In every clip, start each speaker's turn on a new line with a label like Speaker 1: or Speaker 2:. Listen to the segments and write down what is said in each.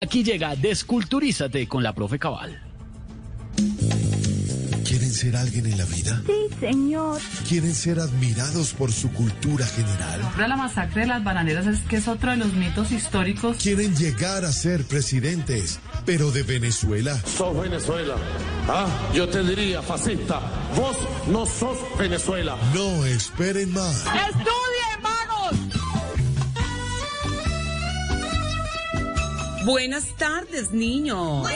Speaker 1: Aquí llega Desculturízate con la profe Cabal.
Speaker 2: ¿Quieren ser alguien en la vida?
Speaker 3: Sí, señor.
Speaker 2: ¿Quieren ser admirados por su cultura general?
Speaker 4: La masacre de las bananeras es que es otro de los mitos históricos.
Speaker 2: ¿Quieren llegar a ser presidentes, pero de Venezuela?
Speaker 5: sos Venezuela. Ah, yo te diría, fascista, vos no sos Venezuela.
Speaker 2: No esperen más.
Speaker 6: ¡Estudien, vagos!
Speaker 7: Buenas tardes, niños.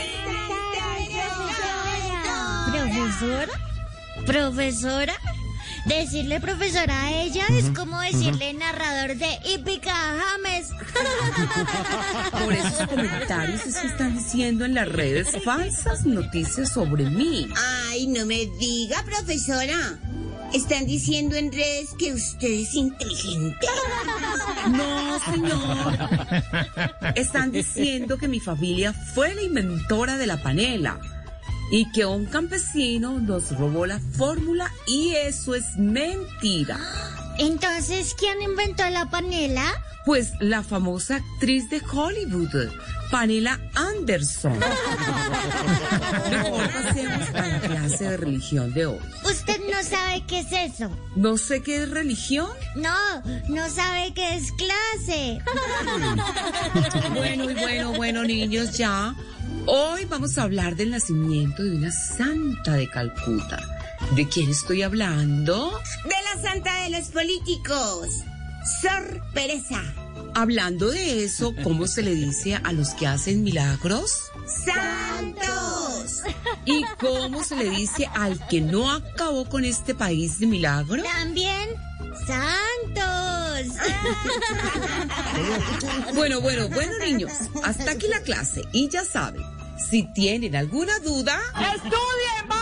Speaker 3: ¿Profesora? ¿Profesora? Decirle profesora a ella es como decirle narrador de hípica a James.
Speaker 7: Por esos comentarios es que están diciendo en las redes falsas noticias sobre mí.
Speaker 8: Ay, no me diga, profesora. Están diciendo en redes que usted es inteligente.
Speaker 7: No, señor. Están diciendo que mi familia fue la inventora de la panela y que un campesino nos robó la fórmula y eso es mentira.
Speaker 3: Entonces, ¿quién inventó la panela?
Speaker 7: Pues la famosa actriz de Hollywood, Pamela Anderson. Mejor pasemos a la clase de religión de hoy.
Speaker 3: Usted no sabe qué es eso.
Speaker 7: No sé qué es religión.
Speaker 3: No, no sabe qué es clase.
Speaker 7: Bueno, y bueno, bueno, niños, ya. Hoy vamos a hablar del nacimiento de una santa de Calcuta. ¿De quién estoy hablando?
Speaker 8: De la santa de los políticos. Sor Pereza.
Speaker 7: Hablando de eso, ¿cómo se le dice a los que hacen milagros?
Speaker 8: Santos.
Speaker 7: ¿Y cómo se le dice al que no acabó con este país de milagros?
Speaker 3: También Santos.
Speaker 7: Bueno, bueno, bueno, niños. Hasta aquí la clase. Y ya saben, si tienen alguna duda...
Speaker 6: ¡Estudien, vagos!